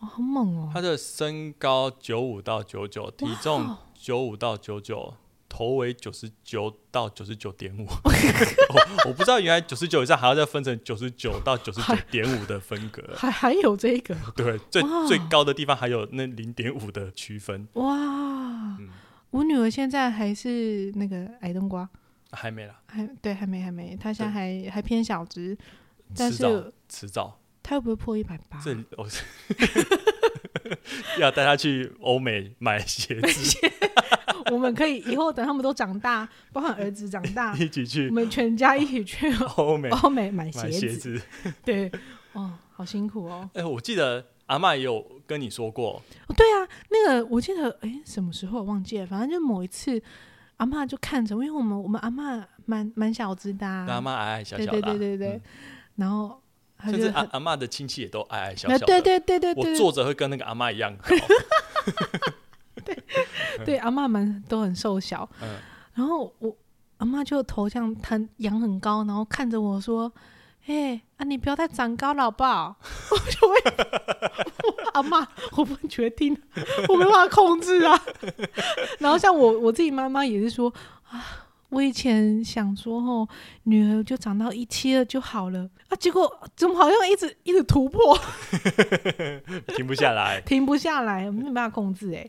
哇，好猛哦！她的身高九五到九九，体重哇，九五到九九，头围九十九到九十九点五。我我不知道原来九十九以上还要再分成九十九到九十九点五的分隔 还还有这 个对，最哇最高的地方还有那零点五的区分，哇！嗯我女儿现在还是那个矮冬瓜，还没啦，还对，还没还没，她现在对还还偏小只，但迟早是啊迟早，她会不会破一百八？这我、 要带她去欧美买 鞋子， 我们可以以后等他们都长大， 包含儿子长 ，大一起我去们全家一 起去欧美欧美买买鞋鞋子。子。对，哦，好辛苦哦。哎、我记得阿嬷也有跟你说过，哦对啊，那个我记得，哎，什么时候我忘记了，反正就某一次，阿嬷就看着我，因为我们我们阿嬷蛮蛮小只的、啊那，阿嬷矮矮小对小的、对对对对，嗯然后她甚就至阿很，阿嬷的亲戚也都矮矮小那小的。对对对对我对，坐着会跟那个阿嬷一样 高。对，阿嬷们都很瘦小。嗯然后我阿嬷就头像很仰很高，然后看着我说：“哎、啊，你不要再长高了，好不好？” 我就会，我阿嬷，我不决定，我没办法控制啊。 然后像我我自己妈妈也是说啊。我以前想说哦，女儿就长到一七二就好了啊，结果怎么好像一直一直突破，停不下来。停不下来，没办法控制哎、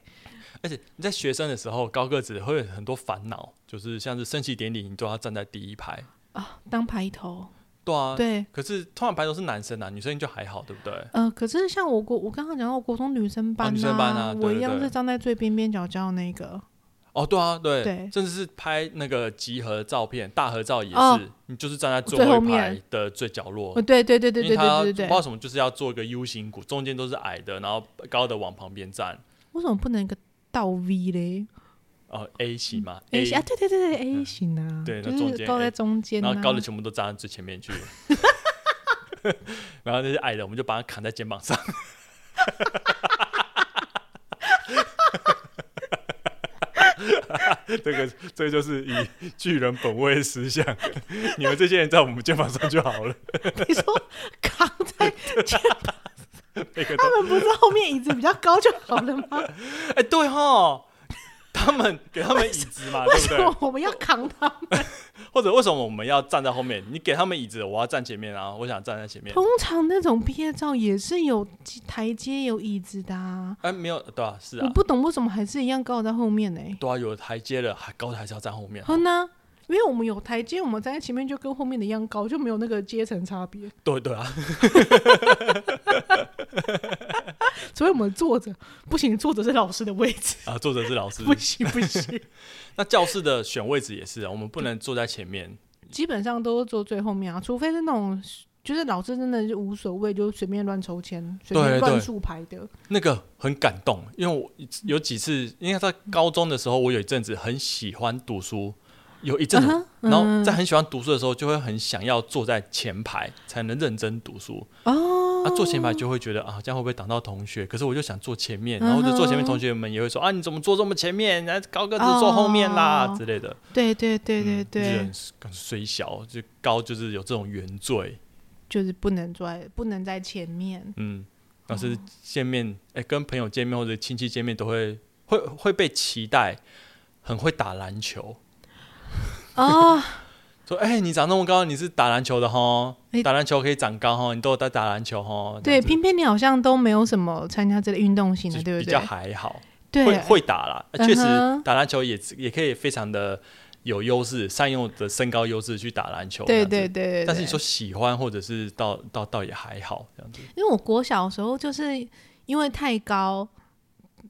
而且你在学生的时候，高个子会有很多烦恼，就是像是升旗典礼，你都要站在第一排。啊，当排头。对啊，对，可是通常排头是男生啊，女生就还好，对不对？呃，可是像我国，我刚刚讲到我国中女生班、哦女生班啊对我一对样对是站在最边边角角那个。哦，对啊，对，对甚至是拍那个集合照片、大合照也是，哦你就是站在最最后后一排面的最角落哦，，对对对对因为对他对对不知道对。什么，就是要做一个 U 型骨，中间都是矮的，然后高的往旁边站，为什么不能一个倒 V 嘞呃，A 型嘛？A 型啊，对对对对，A 型啊，对那就中是间高 A 在中间、啊，然后高的全部都站到最前面 去，然后那些矮的我们就把它扛在肩膀上。 这个这个就是以巨人本位思想，你们这些人在我们肩膀上就 好了，你说 扛在前，每个都 他们不是后面椅子比较高就好了吗？哎、对哈，他们给他们椅子嘛，为对不什对么？我们要扛他们？ 或者为什么我们要站在后面？你给他们椅子，我要站前面啊，我想站在前面。通常那种毕业照也是有台阶、有椅子的、啊。哎、没有，对啊，是我啊，不懂为什么还是一样高在后面呢、对啊，有台阶了，还高的还是要站后 面。好呢，因为我们有台阶，我们站在前面就跟后面的一样高，就没有那个阶层差别。对对啊，所以我们坐着不行，坐着是老师的位置，啊，作者是老师。 不行不 行，那教室的选位置也是啊，我们不能坐在前面。基本上都坐最后面啊，除非是那种就是老师真的是无所谓，就随便乱抽签、随便对乱对竖排的。那个很感动，因为我有几次，因为在高中的时候，我有一阵子很喜欢读书，有一阵子，嗯哼然后在嗯很喜欢读书的时候，就会很想要坐在前排才能认真读书。哦，啊，坐前排就会觉得啊，这样会不会挡到同学？可是我就想坐前面，嗯哼然后就坐前面，同学们也会说啊，你怎么坐这么前面？然后高个子坐后面啦、哦之类的。对对对对嗯就对，觉得很很虽小，就高就是有这种原罪。就是不能坐在不能在 前面。嗯，但哦是见面，哎、跟朋友见面或者亲戚见面，都会会会被期待很会打篮球，哦，说哎、你长那么高，你是打篮球的哈哎，打篮球可以长高哈，你都有在打篮球哈，这对，样子偏偏你好像都没有什么参加这类运动型就的，对比不较对？还好，会对，会打啦，呃确、嗯实哼打篮球也也可以非常的有优势，善用的身高优势去打篮球，对这样对对子。对对。但是你说喜欢或者是到到倒也还好这样子，因为我国小的时候就是因为太高，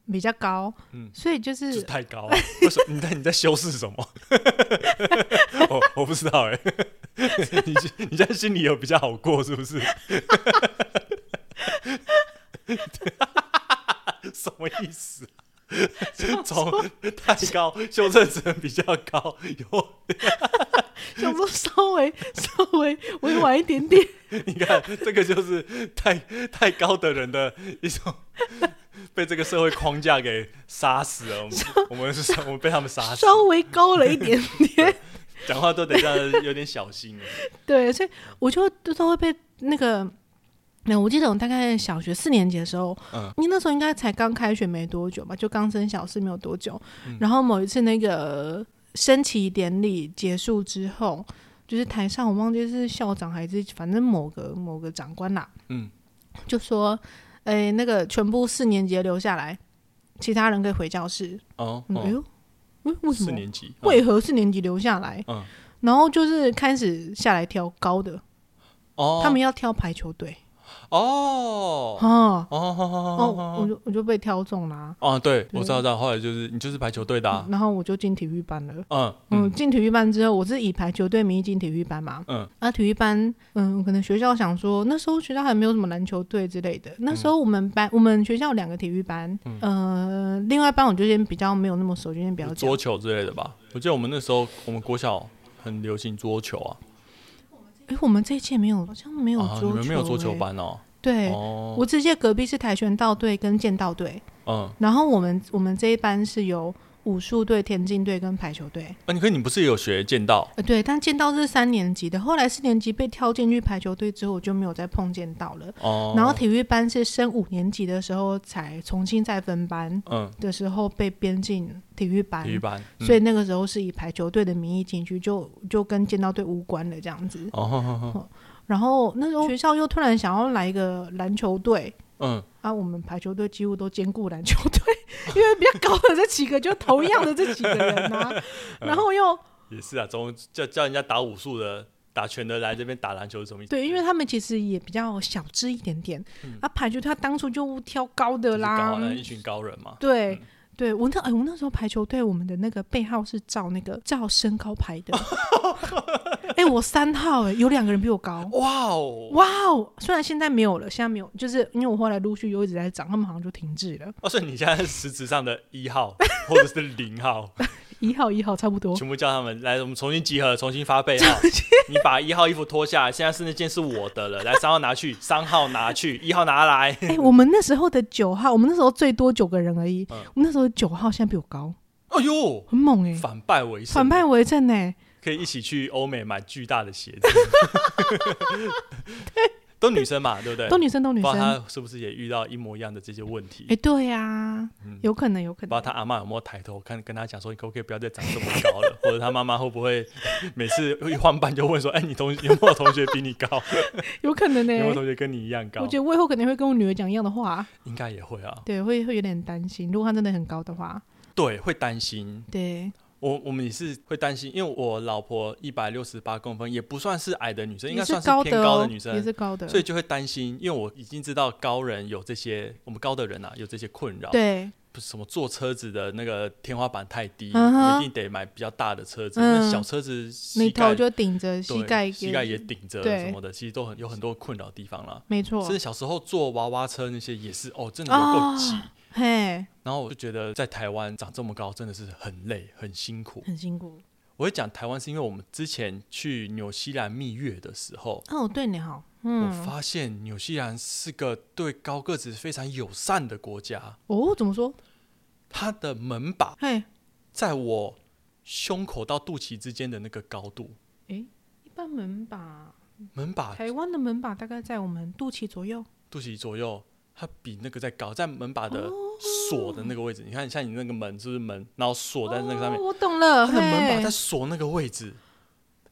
比较高，嗯所以就就是是太高了。为什么？你在你在修饰什么？ 我我不知道哎、 你你现在心里有比较好过是不是？ 什么意思、 啊？从太高修正成比较高，有想说稍微稍微委婉一 点点，你看这个就是太太高的人的一种被这个社会框架给杀死了。我们我们是我们被他们杀死了，稍微高了一点 点，讲话都得让人有点小心了。对，所以我就都都会被那个。那我记得我大概小学四年级的时候，嗯你那时候应该才刚开学没多久吧，就刚升小四没有多久。嗯然后某一次那个升旗典礼结束之后，就是台上我忘记是校长还是反正某个某个长官啦，嗯，就说：“哎、那个全部四年级的留下来，其他人可以回教室。哦，嗯哦哎呦，嗯，为什四么？年级，为何四年级留下来？嗯然后就是开始下来挑高的，哦，他们要挑排球队哦哦哦哦哦，我就我就被挑中啦、哦，对，对我知道，知道，后来就是你就是排球队的啊，然后我就进体育班了。嗯嗯，嗯进体育班之后，我是以排球队名义进体育班嘛。嗯啊，体育班，嗯，可能学校想说，那时候学校还没有什么篮球队之类的。那时嗯候我们班，我们学校有两个体育班，呃，另外班我就先比较没有那么熟，就先比较有桌球之类的吧。我记得我们那时候，我们国小很流行桌球啊，哎、我们这一届没有，好像没有啊，桌你球、们没有桌球诶？班哦？对，哦，我这届隔壁是跆拳道队跟剑道队，嗯，然后我们我们这一班是有武术队、田径队跟排球队。啊，你可是你不是有学剑道？呃，对，但剑道是三年级的，后来四年级被挑进去排球队之后，我就没有再碰剑道了。哦，然后体育班是升五年级的时候才重新再分班嗯，的时候被编进体育班，体育班，嗯所以那个时候是以排球队的名义进去，就就跟剑道队无关了这样子。哦， 然后那时候学校又突然想要来一个篮球队，嗯，啊，我们排球队几乎都兼顾篮球队，因为比较高的这几个就同样的这几个人 啊，嗯然后又也是啊，总叫叫人家打武术的、打拳的来这边打篮球是什么意思？对，因为他们其实也比较小只一点点，嗯啊，排球队他当初就挑高的就是啦，嗯高人一群高人嘛。对。嗯对我那哎、我那时候排球队，我们的那个背号是照那个照身高排 的。哎、我三号哎、有两个人比我高。哇哦，哇哦！虽然现在没有了，现在没有，就是因为我后来陆续又一直在涨，他们好像就停滞了。哦，所以你现在是实质上的一号 或者是零 号，一号一号差不多，全部叫他们来，我们重新集合，重新发 配号。你把一号衣服脱下来，现在是那件是我的了，来三号拿去，三号拿去，一号拿 来。哎、我们那时候的九号，我们那时候最多九个人而已。嗯我们那时候的九号现在比我高，哎呦，很猛哎、反败为胜，反败为胜哎、可以一起去欧美买巨大的鞋 子。都女生嘛，对不对？都女生都女不生。知哎、道她是不是也遇到一模一样的这些问题？对呀、嗯有可能，有可不知道能。他阿妈有没有抬头看，跟他讲说，你可不可以不要再长这么高了？ 或者他妈妈会不会每次一换班就问说，哎、你同有没有同学比你 高？有可能呢、欸有没有同学跟你一样高我？觉得我以后可能会跟我女儿讲一样的话，应该也会啊，对，会会有点担心。如果她真的很高的话，对，会担心。对，我我们也是会担心，因为我老婆一百六十八公分，也不算是矮的女生，应也该算是是高偏的高哦的女也生，是高的，所以就会担心。因为我已经知道高人有这些，我们高的人啊有这些困扰，对，不是什么坐车子的那个天花板太低，嗯哼我们一定得买比较大的车子，嗯那小车子膝你盖头就顶着膝对盖也，膝盖也顶着对什么的，其实都很有很多困扰的地方啦。没错甚，至小时候坐娃娃车那些也是哦，真的有够挤。哦嘿，然后我就觉得在台湾长这么高真的是很累很辛苦。很辛苦。我会讲台湾是因为我们之前去纽西兰蜜月的时候，哦，对你好，我嗯，发现纽西兰是个对高个子非常友善的国家。哦，怎么说？它的门把嘿，在我胸口到肚脐之间的那个高度，诶，一般门把，门把台湾的门把大概在我们肚脐左右，肚脐左右，它比那个再高，在门把的锁的那个位置。你看，像你那个门是不是门，然后锁在那个上面，哦我懂了，它的门把嘿在锁那个位置，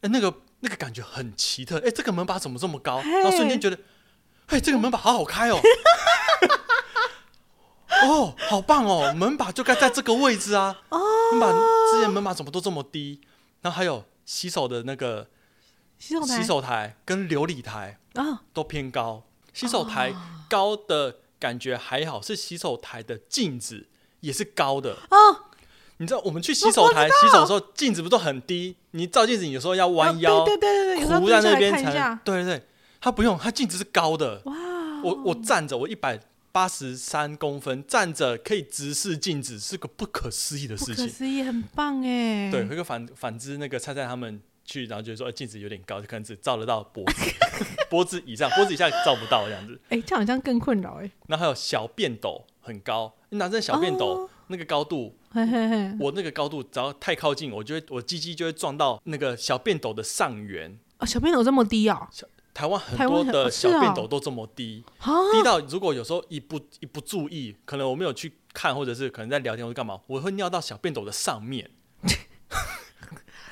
哎、那个那个感觉很奇特。哎、这个门把怎么这么高？嘿然后瞬间觉得，哎，这个门把好好开哦。 哦，好棒哦！门把就该在这个位置啊。哦门把之前门把怎么都这么低？然后还有洗手的那个洗手台，洗手台跟琉璃台，啊，都偏高，洗手台哦高的感觉还好，是洗手台的镜子也是高的哦。你知道我们去洗手台洗手的时候，镜子不都很低？你照镜子，你有时候要弯腰，啊对对对对，有时候糊在蹲下那来边看一才下能。，对对对，它不用，它镜子是高的。哇，我我站着，我一百八十三公分，站着可以直视镜子，是个不可思议的不事可情。思议，很棒哎。对，，有一个反反之，那个菜菜他们去，然后觉得说，呃镜子有点高，就可能只照得到脖 子，脖子以上，脖子以下照不到这样子。哎，这样好像更困扰哎。然后还有小便斗很高，男生小便斗、哦那个高度，嘿嘿嘿，我那个高度只要太靠近，我就会我鸡鸡就会撞到那个小便斗的上缘。哦，小朋友这么低哦，台湾很台湾多很的哦是小便斗哦都这么低，啊，低到如果有时候一不一不注意，可能我没有去看，或者是可能在聊天或者干嘛，我会尿到小便斗的上 面，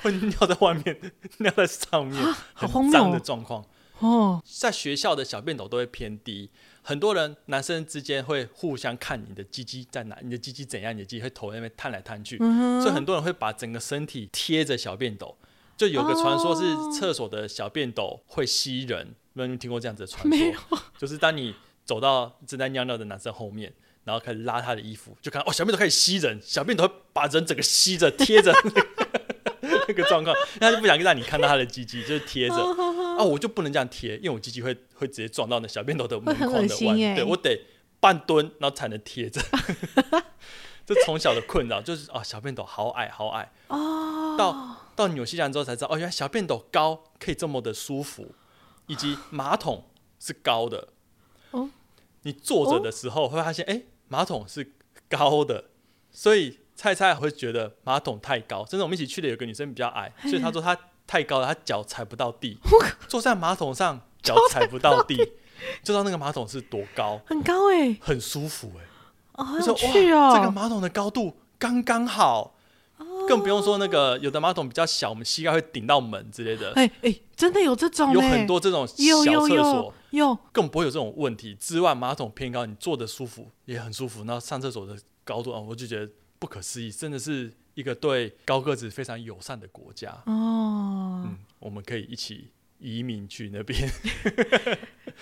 会尿在外面，尿在上面，啊好荒很谬脏的哦状况。哦，在学校的小便斗都会偏低，很多人男生之间会互相看你的鸡鸡在哪，你的鸡鸡怎样，你的鸡鸡会头在那边探来探去，嗯所以哼，很多人会把整个身体贴着小便斗。就有个传说哦是厕所的小便斗会吸人，没有你听过这样子的传没有说？就是当你走到正在尿尿的男生后面，然后开始拉他的衣服，就看哦，小便斗开始吸人，小便斗会把人整个吸着贴着那个 那个状况，那他就不想让你看到他的鸡鸡，就是 贴着。啊，我就不能这样贴，因为我鸡鸡会会直接撞到那小便斗的门会很框的恶心欸弯，耶对我得半蹲，然后才能贴着。 这从小的困扰就是啊，小便斗好矮好矮。哦，到到纽西兰之后才知道，哦，原来小便斗高可以这么的舒服，以及马桶是高的。哦，你坐着的时候会发现，哎、马桶是高的，所以菜菜会觉得马桶太高。甚至我们一起去的有个女生比较矮，所以她说她太高了，她脚踩不到地，坐在马桶上脚踩不到地，就知道那个马桶是多高，很高哎，很舒服哎、哦，就好有说趣哇，这个哦，马桶的高度刚刚好，更不用说那个有的马桶比较小，我们膝盖会顶到门之类的，哎哎，真的有这种有欸很多这种小有有厕有所，有更不会有这种问题。之外，马桶偏高，你坐的舒服也很舒服，然后上厕所的高度啊，我就觉得不可思议，真的是一个对高个子非常友善的国家。哦。嗯，我们可以一起移民去那边，哎，那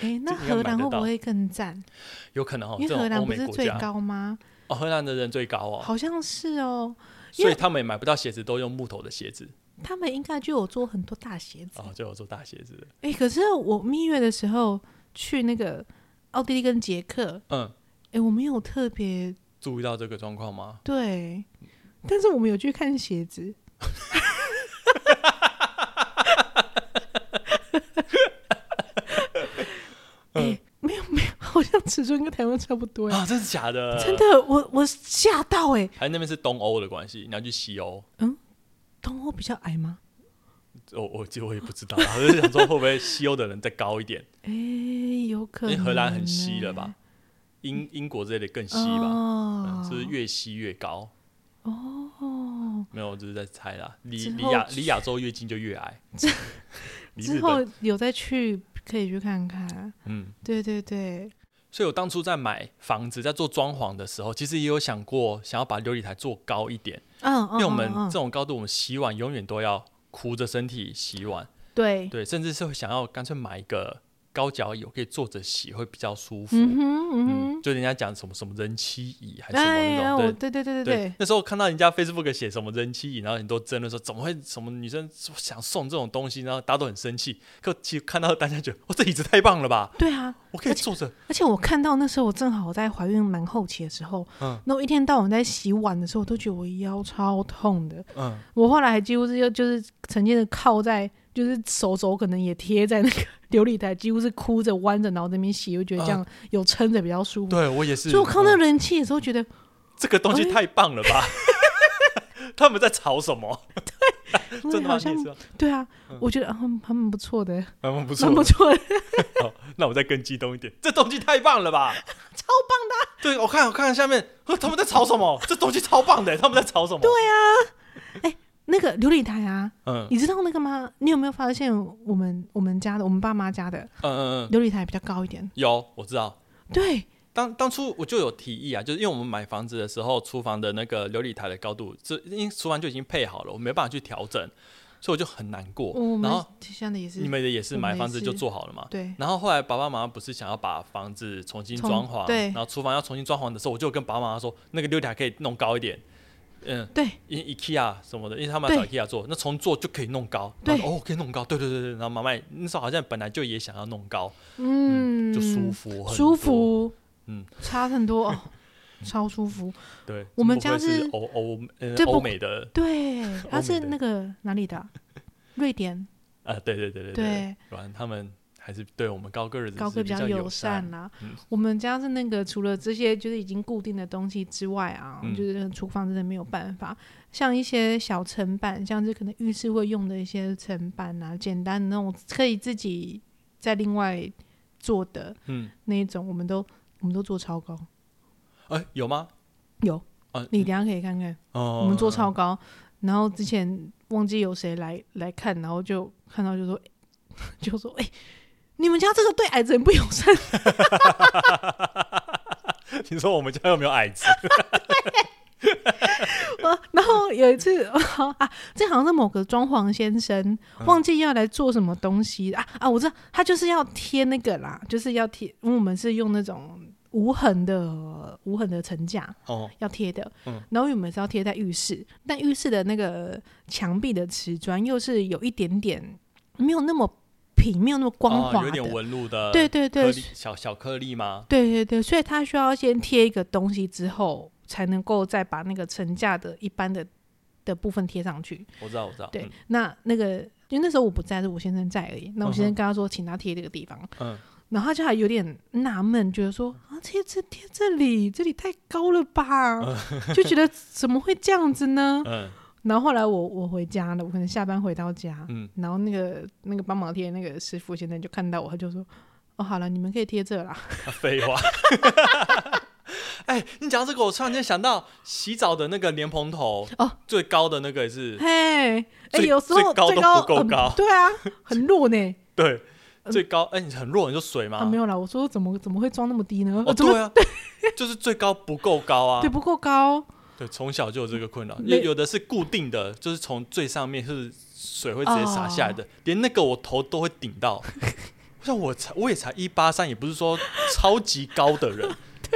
这应该荷买得兰会不到会更赞？有可能哦，因这为荷种兰欧不美是国 最家高吗？哦，荷兰的人最高哦，好像是哦，因所为以他们也买不到鞋子，都用木头的鞋子他们应该就有做很多大鞋子。哦，就有做大鞋子的。哎、可是我蜜月的时候去那个奥地利跟捷克，嗯，哎、我没有特别注意到这个状况吗？对，但是我们有去看鞋 子。哎、没有没有，好像尺寸跟台湾差不多、嗯哎，啊，真的假的？真，的，我我吓到哎、还是那边是东欧的关系，你要去西欧。东欧比较矮吗？我我其实我也不知道啊，我就想说会不会西欧的人再高一点？哎、有可因能、为欸荷兰很西了吧？英英国这类更西吧？嗯哦是不是越西越高？哦，没有，我只是在猜啦。离之离后亚离亚洲越近就越 矮。离之日后本，有再去可以去看看。嗯，对对对，所以我当初在买房子在做装潢的时候，其实也有想过想要把琉璃台做高一点，嗯，因为我们嗯嗯这种高度，我们洗碗永远都要哭着身体洗碗，对，对，甚至是会想要干脆买一个高脚椅，我可以坐着洗会比较舒服。嗯哼嗯，嗯就人家讲什么什么人妻椅还哼，是什么那哎呀，种，我对对对对对对对，，那时候看到人家 Facebook 写什么人妻椅，然后很多争论说怎么会什么女生想送这种东西，然后大家都很生气。可其实看到大家觉得，哦哇，这椅子太棒了 吧，对啊，我可以坐着。而且我看到那时候我正好在怀孕蛮后期的时候，嗯那我一天到晚在洗碗的时候，我都觉得我腰超痛的。嗯，我后来还几乎是就就是曾经的靠在，就是手肘可能也贴在那个 琉璃台，几乎是哭着弯着，然后这边洗，我觉得这样有撑着比较舒服。嗯对我也是。所以我看到哎嗯人气的时候，觉得这个东西太棒了吧？ 他们在吵什么？真的吗好？像你也是吗？对啊嗯，我觉得啊，还蛮不错的，嗯，不错蛮，不错的。 好，那我再更激动一点，这东西太棒了吧，超棒的、啊对，我看我看下面， 呵他们在吵什么？这东西超棒的，他们在吵什么？对啊呀、那个琉璃台啊，嗯你知道那个吗？你有没有发现我们我们家的我们爸妈家的嗯嗯嗯，琉璃台比较高一点？有，我知道。对，当当初我就有提议啊，就是因为我们买房子的时候，厨房的那个琉璃台的高度，这因为厨房就已经配好了，我没办法去调整，所以我就很难过。我然们后现在也是你们的也是我们买也房子就是做好了嘛？哦对，然后后来爸爸妈妈不是想要把房子重新重装潢，对然后厨房要重新装潢的时候，我就跟爸爸妈妈说，那个琉璃台可以弄高一点，嗯，对，因 IKEA 什么的，因为他们要找 IKEA 做，那重做就可以弄高，然后对哦可以弄高，对对对对，然后妈妈也那时候好像本来就也想要弄高，嗯，就舒服很多舒，服，嗯，差很多哦，超舒服。对，我们这不愧家是是欧欧呃这不欧美的， 对，它是欧美的那个哪里的啊？瑞典，啊对对对对对，对，反正他们还是对我们高个子高是哥比较友善，啦嗯。我们家是那个除了这些就是已经固定的东西之外啊，嗯就是厨房真的没有办法，像一些小层板，像是可能浴室会用的一些层板啊，简单的那种可以自己再另外做的嗯，那一种，我们都我们都做超高。哎、有吗？有，啊你等一下可以看看。哦，嗯我们 做超高，然后之前忘记有谁来来看，然后就看到就说 就说哎、你们家这个对矮子很不友善，你说我们家有没有矮子？ 啊然后有一次 啊，这好像是某个装潢先生嗯忘记要来做什么东西啊啊，我知道他就是要贴那个啦，就是要贴，因为我们是用那种无痕的无痕的层架，哦，要贴的，嗯然后我们是要贴在浴室，但浴室的那个墙壁的瓷砖又是有一点点没有那么平，没有那么 光哦、滑有的，点纹路的，对对对颗所粒小小颗粒吗？对对对，所以它需要先贴一个东西之后，才能够再把那个层架的一般的的部分贴上去。我知道，我知道，对，嗯那那个因为那时候我不在，是我先生在而已，那我先嗯生哼跟他说，请他贴这个地方，嗯，然后他就还有点纳闷，觉得说啊，贴这贴这里，这里太高了吧， 就觉得怎么会这样子呢？嗯然后后来我我回家了，我可能下班回到家， 嗯然后那个那个帮忙贴的那个师傅先生就看到我，他就说：“哦，好了，你们可以贴这啦。啊废话。 哎、你讲到这个，我突然间想到洗澡的那个莲蓬头，哦，最高的那个也”是，嘿，哎，最有时候嗯最高都不够很高 对啊，很弱呢。对，最高哎、你很弱你就水嘛。啊，没有啦，我说怎么怎么会装那么低呢？哦，怎么对啊， 就是最高不够高啊对。不够高，对，从小就有这个困扰，没有有的是固定的，就是从最上面是水会直接洒下来的，连那个我头都会顶到。 像我才我也才一八三，也不是说超级高的 人，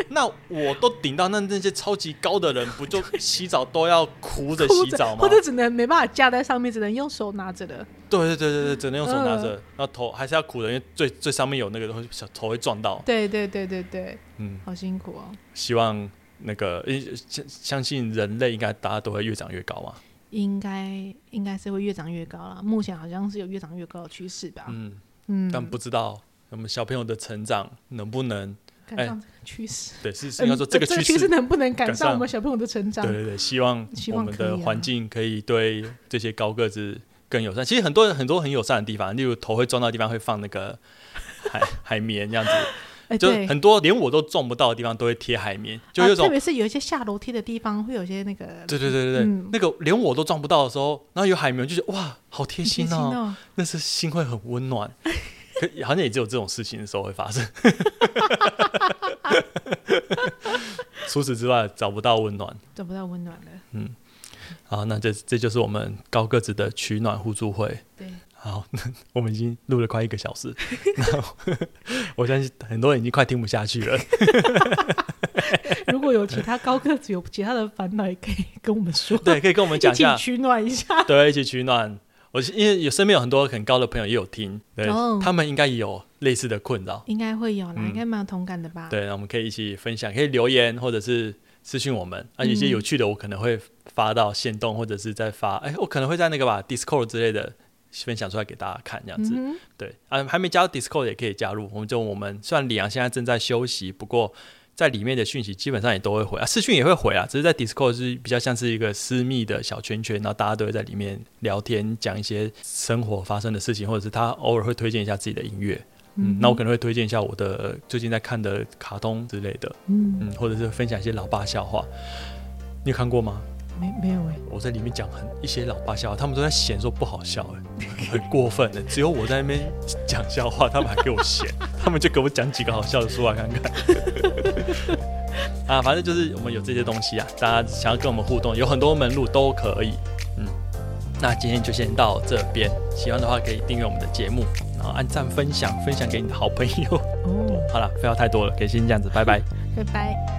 那我都顶到那那些超级高的人，不就洗澡都要 哭着洗澡吗或？者只能没办法架在上面，只能用手拿着的。对对对对对，只能用手拿着嗯，然后头还是要苦的，因为最最上面有那个东西，小头会撞到。对对对对对，嗯，好辛苦哦。希望那个因为相相信人类应该大家都会越长越高嘛。应该应该是会越长越高啦，目前好像是有越长越高的趋势吧。嗯，嗯，但不知道我们小朋友的成长能不能，赶哎上这个趋势，对，是是应该说这个嗯趋趋势势，能不能赶赶上上我们小朋友的成长对？对对，希望希我望们可以的啊环境可以对这些高个子更友善。其实很多很多很友善的地方，例如头会撞到的地方会放那个 海海绵这 样子，哎，就对，很多连我都撞不到的地方都会贴海绵，就啊有一种特别是有一些下楼梯的地方，会有一些那个对对对对对，嗯那个连我都撞不到的时候，然后有海绵，我就觉得哇，好贴心很哦，哦，那是心会很温 暖。可好像也只有这种事情的时候会发生。 除此之外，找不到温暖。找不到温暖了。好，那这这就是我们高个子的取暖互助会。对，好， 那我们已经录了快一个小 时，那我 我相信很多人已经快听不下去 了。如果有其他高个子有 其他的烦恼，也可以跟我们说，对，可以跟我们讲一一起下，嗯取暖一下。对，一起取暖。我是因为有身边有很多很高的朋友也有听，对，哦他们应该也有类似的困扰。应该会有啦，嗯应该蛮有同感的吧？对，那我们可以一起分享，可以留言或者是私信我们。啊，有一些嗯有趣的，我可能会发到线动，或者是再发，哎、我可能会在那个吧 Discord 之类的分享出来给大家看，这样嗯子。哼，对，啊，还没加入 Discord 也可以加入。我们就我们虽然李阳现在正在休息，不过在里面的讯息基本上也都会回啊，私讯也会回啊，只是在 Discord 是比较像是一个私密的小圈圈，然后大家都会在里面聊天，讲一些生活发生的事情，或者是他偶尔会推荐一下自己的音乐。嗯，那我可能会推荐一下我的最近在看的卡通之类的，嗯，嗯，或者是分享一些老爸笑话。你有看过吗？没没有哎、我在里面讲很一些老爸笑话，他们都在嫌说不好笑、哎，很过分的、只有我在那边讲笑话，他们还给我嫌，他们就给我讲几个好笑的出来看看。 啊，反正就是我们有这些东西啊，大家想要跟我们互动，有很多门路都可以。嗯，那今天就先到这边，喜欢的话可以订阅我们的节目，然后按赞分享，分享给你的好朋友。 哦，好了，废话太多了，可以先这样子，拜拜。拜拜。